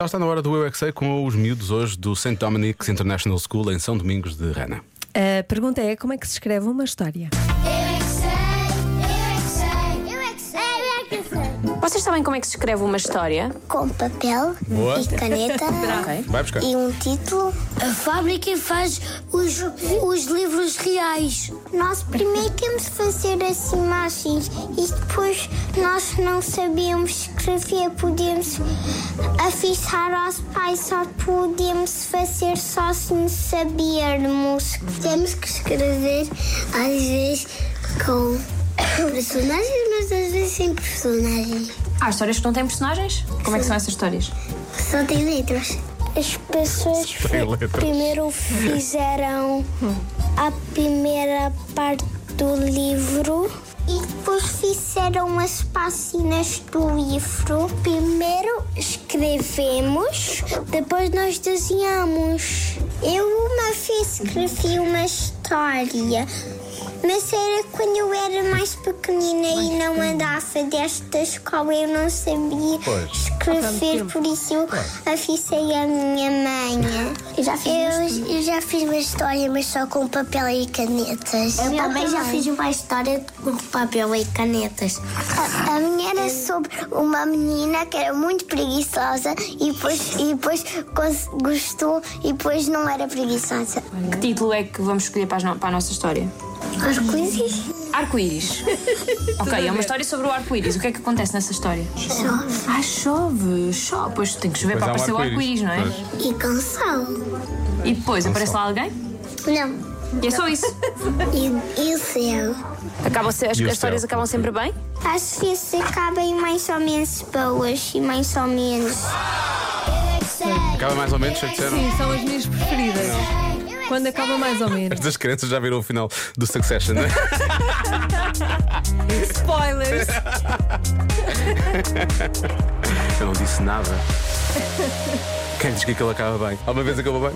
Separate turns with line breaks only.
Já está na hora do Eu é Que Sei com os miúdos hoje do St. Dominic's International School em São Domingos de Rana.
A pergunta é como é que se escreve uma história?
Eu é que sei, eu é que sei, eu é que sei, eu é que sei.
Vocês sabem como é que se escreve uma história?
Com papel
Boa.
e caneta
Vai buscar.
e um título. A fábrica faz os, os livros reais. Nós primeiro temos de fazer as imagens e depois nós não sabíamos escrever, podíamos afixar aos pais, só podíamos fazer só se não sabermos. Temos que escrever às vezes com personagens, mas às vezes sem personagens.
Há histórias que não têm personagens? Como é que são essas histórias?
Só tem letras. As pessoas
Tem
fi-
letras.
primeiro fizeram a primeira parte do livro e depois fizeram as páginas do livro. Primeiro escrevemos, depois nós desenhamos. Eu uma vez escrevi uma história, mas era quando eu era mais pequenina e não andava desta escola, eu não sabia
Pois.
escrever, por isso eu aficei a minha mãe. Eu já fiz, eu, já fiz uma história, mas só com papel e canetas. Eu também já fiz uma história com papel e canetas. A, a minha era sobre uma menina que era muito preguiçosa e depois, e depois cons- gostou e depois não era preguiçosa.
Que título é que vamos escolher para, as no- para a nossa história?
As coisas
Arco-íris. ok, é uma história sobre o arco-íris. O que é que acontece nessa história?
chove
Ah, chove, chove. Pois tem que chover
Pois há
para
um
aparecer o arco-íris, não é?
Pois.
e canção.
E depois aparece lá alguém?
Não.
E é só isso.
E, e o céu?
Acabam se- as,
E o
as histórias
céu?
acabam sempre bem?
Às vezes acabam mais ou menos boas e mais ou menos.
Acaba mais ou menos, já disseram?
Sim, são as minhas preferidas. Quando acaba mais ou menos.
Estas crianças já viram o final do Succession, não é?
Spoilers!
Eu não disse nada. Quem diz que aquilo acaba bem? Alguma vez acabou bem?